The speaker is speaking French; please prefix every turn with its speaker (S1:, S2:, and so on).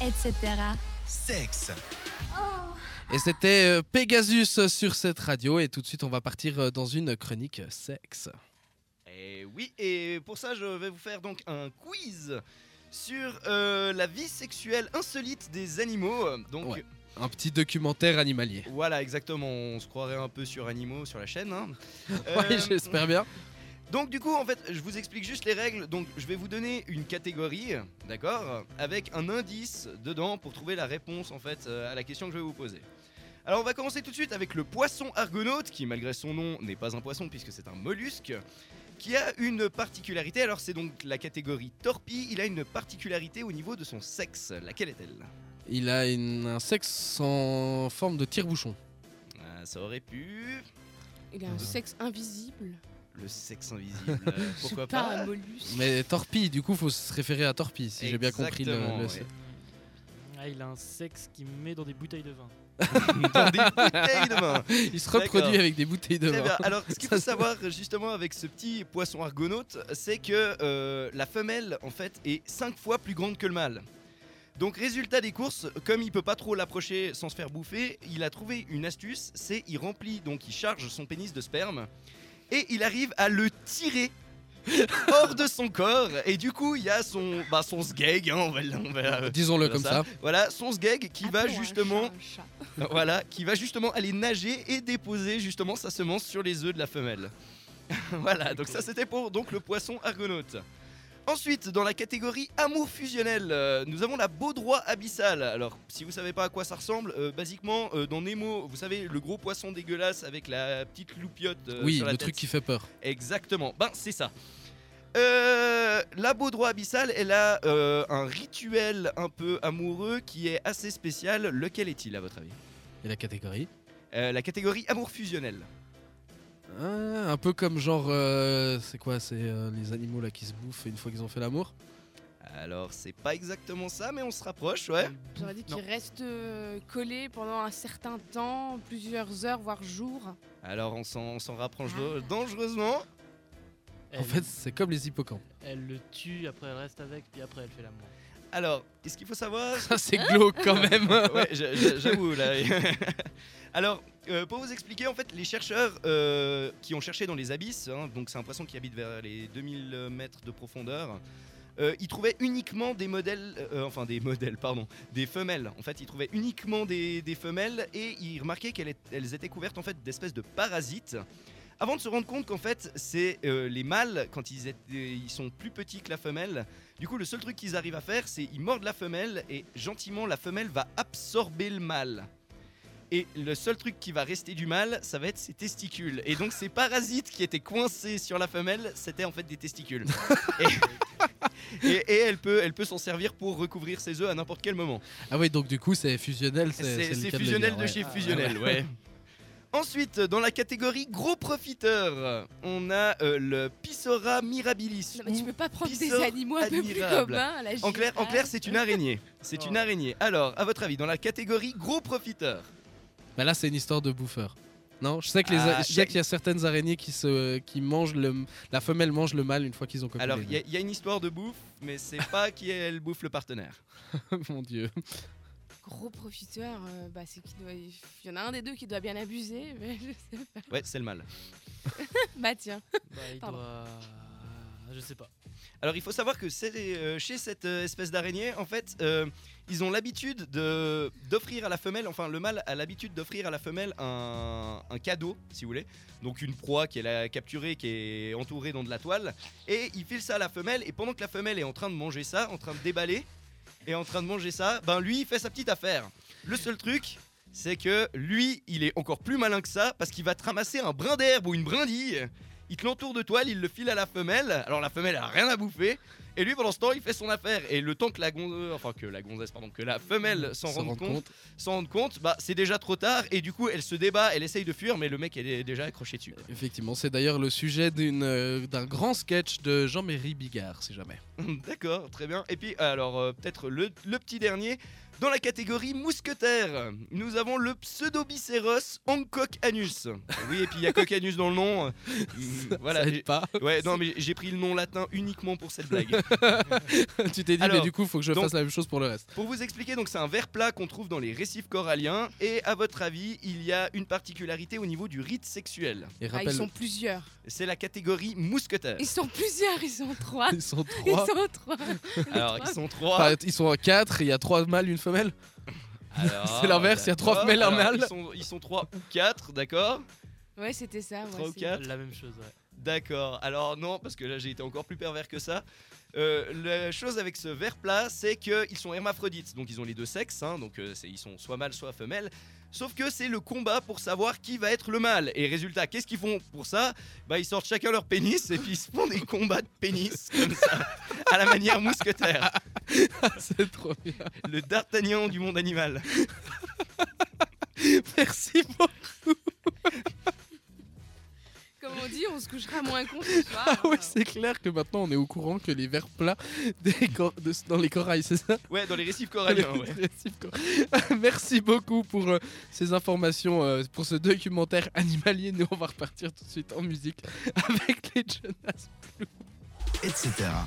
S1: etc.
S2: Sexe.
S3: Et c'était euh, Pegasus sur cette radio. Et tout de suite, on va partir euh, dans une chronique sexe.
S2: Et Eh oui, et pour ça, je vais vous faire donc un quiz sur euh, la vie sexuelle insolite des animaux. Donc
S3: Ouais. Un petit documentaire animalier.
S2: voilà, exactement, on se croirait un peu sur animaux sur la chaîne. hein.
S3: Ouais,
S2: Euh,
S3: j'espère bien.
S2: Donc du coup, en fait, je vous explique juste les règles. Donc je vais vous donner une catégorie, d'accord, avec un indice dedans pour trouver la réponse en fait euh, à la question que je vais vous poser. Alors on va commencer tout de suite avec le poisson argonaute, qui malgré son nom n'est pas un poisson puisque c'est un mollusque, qui a une particularité. Alors c'est donc la catégorie torpille. Il a une particularité au niveau de son sexe. Laquelle est-elle
S3: Il a une- un sexe en forme de tire-bouchon.
S2: Ah, Ça aurait pu.
S4: Il a un sexe invisible.
S2: Le sexe invisible. euh, pourquoi
S4: C'est pas
S2: pas
S4: un mollusque.
S3: Mais torpille, du coup, faut se référer à torpille, si j'ai bien compris le,
S2: Exactement,
S3: le-
S2: ouais.
S5: Ah, il a un sexe qui met dans des bouteilles de vin.
S2: Dans des bouteilles de vin.
S3: Il se reproduit
S2: D'accord.
S3: avec des bouteilles de
S2: Très
S3: vin.
S2: bien. Eh ben, Alors, ce qu'il
S3: Ça,
S2: faut
S3: c'est-
S2: savoir justement avec ce petit poisson argonaute, c'est que euh, la femelle en fait est 5 fois plus grande que le mâle. Donc, résultat des courses, comme il peut pas trop l'approcher sans se faire bouffer, il a trouvé une astuce c'est il remplit, donc il charge son pénis de sperme et il arrive à le tirer hors de son corps. Et du coup, il y a son, bah, son sgeg, hein, on va, le- on va-
S3: Disons-le
S2: voilà
S3: comme
S2: ça.
S3: ça.
S2: voilà, son sgeg qui va
S4: Appelons Ah un
S2: justement
S4: chat un chat.
S2: Euh, voilà, qui va justement aller nager et déposer justement sa semence sur les œufs de la femelle. voilà, donc ça c'était pour donc le poisson argonaute. Ensuite, dans la catégorie amour fusionnel, euh, nous avons la baudroie abyssale. Alors, si vous savez pas à quoi ça ressemble, euh, basiquement euh, dans Nemo, vous savez le gros poisson dégueulasse avec la petite loupiote euh,
S3: oui,
S2: sur
S3: le
S2: la tête.
S3: truc qui fait peur.
S2: Exactement, ben c'est ça. Euh, la Baudroie Abyssale, elle a euh, un rituel un peu amoureux qui est assez spécial. Lequel est-il à votre avis
S3: Et la catégorie
S2: Euh, la catégorie amour fusionnel.
S3: Ah, Un peu comme genre. euh, c'est quoi C'est euh, les animaux là qui se bouffent une fois qu'ils ont fait l'amour
S2: Alors, c'est pas exactement ça, mais on se rapproche, ouais.
S5: Mm.
S4: J'aurais dit
S5: Non.
S4: qu'il reste euh, collé pendant un certain temps, plusieurs heures, voire jours.
S2: Alors, on s'en on s'en rapproche de- dangereusement.
S5: Elle,
S3: En
S2: Eh
S3: fait, c'est comme les hippocampes.
S5: elle le tue, après elle reste avec, puis après elle fait l'amour.
S2: Alors, qu'est-ce qu'il faut savoir
S3: Ça, c'est glauque quand même.
S2: Ouais, j'a- j'a- j'avoue, là. Alors, euh, pour vous expliquer, en fait, les chercheurs euh, qui ont cherché dans les abysses, hein, donc c'est un poisson qui habite vers les 2000 mètres de profondeur, euh, ils trouvaient uniquement des modèles, euh, enfin des modèles, pardon, des femelles. En fait, ils trouvaient uniquement des, des femelles et ils remarquaient qu'elles est- elles étaient couvertes en fait d'espèces de parasites. Avant de se rendre compte qu'en fait, c'est euh, les mâles, quand ils, étaient- ils sont plus petits que la femelle, du coup, le seul truc qu'ils arrivent à faire, c'est ils mordent la femelle et gentiment la femelle va absorber le mâle. Et le seul truc qui va rester du mâle, ça va être ses testicules. Et donc ces parasites qui étaient coincés sur la femelle, c'était en fait des testicules. et, et- et elle peut, elle peut s'en servir pour recouvrir ses œufs à n'importe quel moment.
S3: Ah oui, donc du coup, c'est fusionnel. C'est
S2: C'est
S3: c'est le
S2: c'est
S3: cas de le
S2: fusionnel
S3: dire,
S2: de
S3: ouais.
S2: chez
S5: Ah,
S2: fusionnel, ouais. Ensuite, dans la catégorie gros profiteur, on a euh, le Pissora mirabilis.
S4: Non, mais tu
S2: ou
S4: peux pas prendre des
S2: Bizarre,
S4: animaux un peu plus
S2: admirable.
S4: communs, la
S2: En clair, en
S4: girafe.
S2: clair, c'est une araignée. C'est
S5: Oh.
S2: une araignée. Alors, à votre avis, dans la catégorie gros profiteur
S3: Bah là, c'est une histoire de bouffeur. Non, je sais que les a-
S2: Ah,
S3: je sais
S2: y-
S3: qu'il y a certaines araignées qui se qui mangent le la femelle mange le mâle une fois qu'ils ont copulé.
S2: Alors, il y, a- il y a une histoire de bouffe, mais c'est pas qui elle bouffe le partenaire.
S3: mon dieu.
S4: Gros profiteur, euh, bah, c'est qu'il doit... il y en a un des deux qui doit bien abuser. Mais je sais pas.
S2: Ouais, c'est le mal.
S4: Bah tiens,
S5: Bah, il
S4: Pardon.
S5: doit. euh, Je sais pas.
S2: Alors, il faut savoir que c'est, euh, chez cette euh, espèce d'araignée, en fait, euh, ils ont l'habitude de- d'offrir à la femelle, enfin, le mâle a l'habitude d'offrir à la femelle un, un cadeau, si vous voulez. Donc, une proie qu'elle a capturée, qui est entourée dans de la toile. Et il file ça à la femelle, et pendant que la femelle est en train de manger ça, en train de déballer, et en train de manger ça, ben lui, il fait sa petite affaire. Le seul truc, c'est que lui, il est encore plus malin que ça parce qu'il va te ramasser un brin d'herbe ou une brindille. Il te l'entoure de toile, il le file à la femelle. Alors la femelle elle a rien à bouffer. Et lui, pendant ce temps, il fait son affaire. Et le temps que la gonzesse, enfin que la gonzesse, pardon, que la femelle s'en
S3: Se
S2: rende
S3: rendre
S2: compte, s'en rende compte, bah c'est déjà trop tard. Et du coup, elle se débat, elle essaye de fuir, mais le mec elle est déjà accroché dessus.
S3: Effectivement, c'est d'ailleurs le sujet d'une euh, d'un grand sketch de Jean-Méry Bigard, si jamais.
S2: D'accord, très bien. Et puis, alors, euh, peut-être le, le petit dernier, Dans la catégorie mousquetaire, nous avons le pseudo-bicéros Hancock Anus. Oui, et puis il y a Coq Anus dans le nom. Mm, Voilà.
S3: Ça aide pas.
S2: Ouais, non, mais j'ai pris le nom latin uniquement pour cette blague.
S3: tu t'es dit, mais
S2: Alors,
S3: du coup, faut que je
S2: donc-
S3: fasse la même chose pour le reste.
S2: Pour vous expliquer, donc c'est un verre plat qu'on trouve dans les récifs coralliens. Et à votre avis, il y a une particularité au niveau du rite sexuel.
S3: Et
S4: Ah,
S3: rappelle,
S4: ils sont plusieurs.
S2: C'est la catégorie mousquetaire.
S4: Ils sont plusieurs, ils sont trois.
S3: ils sont
S4: Ils
S3: trois.
S4: sont trois.
S2: Alors, ils sont trois.
S3: Enfin, ils sont en quatre, et il y a trois mâles, une femelle.
S2: Alors,
S3: C'est l'inverse, il y a trois
S2: d'accord.
S3: femelles, un
S2: Alors,
S3: mâle.
S2: Ils sont, ils sont trois ou quatre, d'accord
S4: Ouais, c'était ça. ouais,
S2: Trois ou
S4: c'est-
S2: quatre
S5: La même chose, ouais.
S2: D'accord. Alors non, parce que là j'ai été encore plus pervers que ça. Euh, la chose avec ce verre plat, c'est qu'ils sont hermaphrodites, donc ils ont les deux sexes, hein, donc euh, c'est- ils sont soit mâles, soit femelles. Sauf que c'est le combat pour savoir qui va être le mâle. Et résultat, qu'est-ce qu'ils font pour ça Bah ils sortent chacun leur pénis et puis ils se font des combats de pénis comme ça, à la manière mousquetaire,
S3: C'est trop bien.
S2: le d'Artagnan du monde animal.
S3: Merci beaucoup.
S4: Comme on dit, on se couchera moins con ce soir. hein.
S3: Ah ouais, c'est clair que maintenant on est au courant que les vers plats des cor- de- dans les corails, c'est ça
S2: Ouais, dans les récifs coralliens.
S3: Les
S2: Ah, Ouais.
S3: récifs cor- Merci beaucoup pour euh, ces informations, euh, pour ce documentaire animalier. Nous, on va repartir tout de suite en musique avec les Jonas.
S1: etc.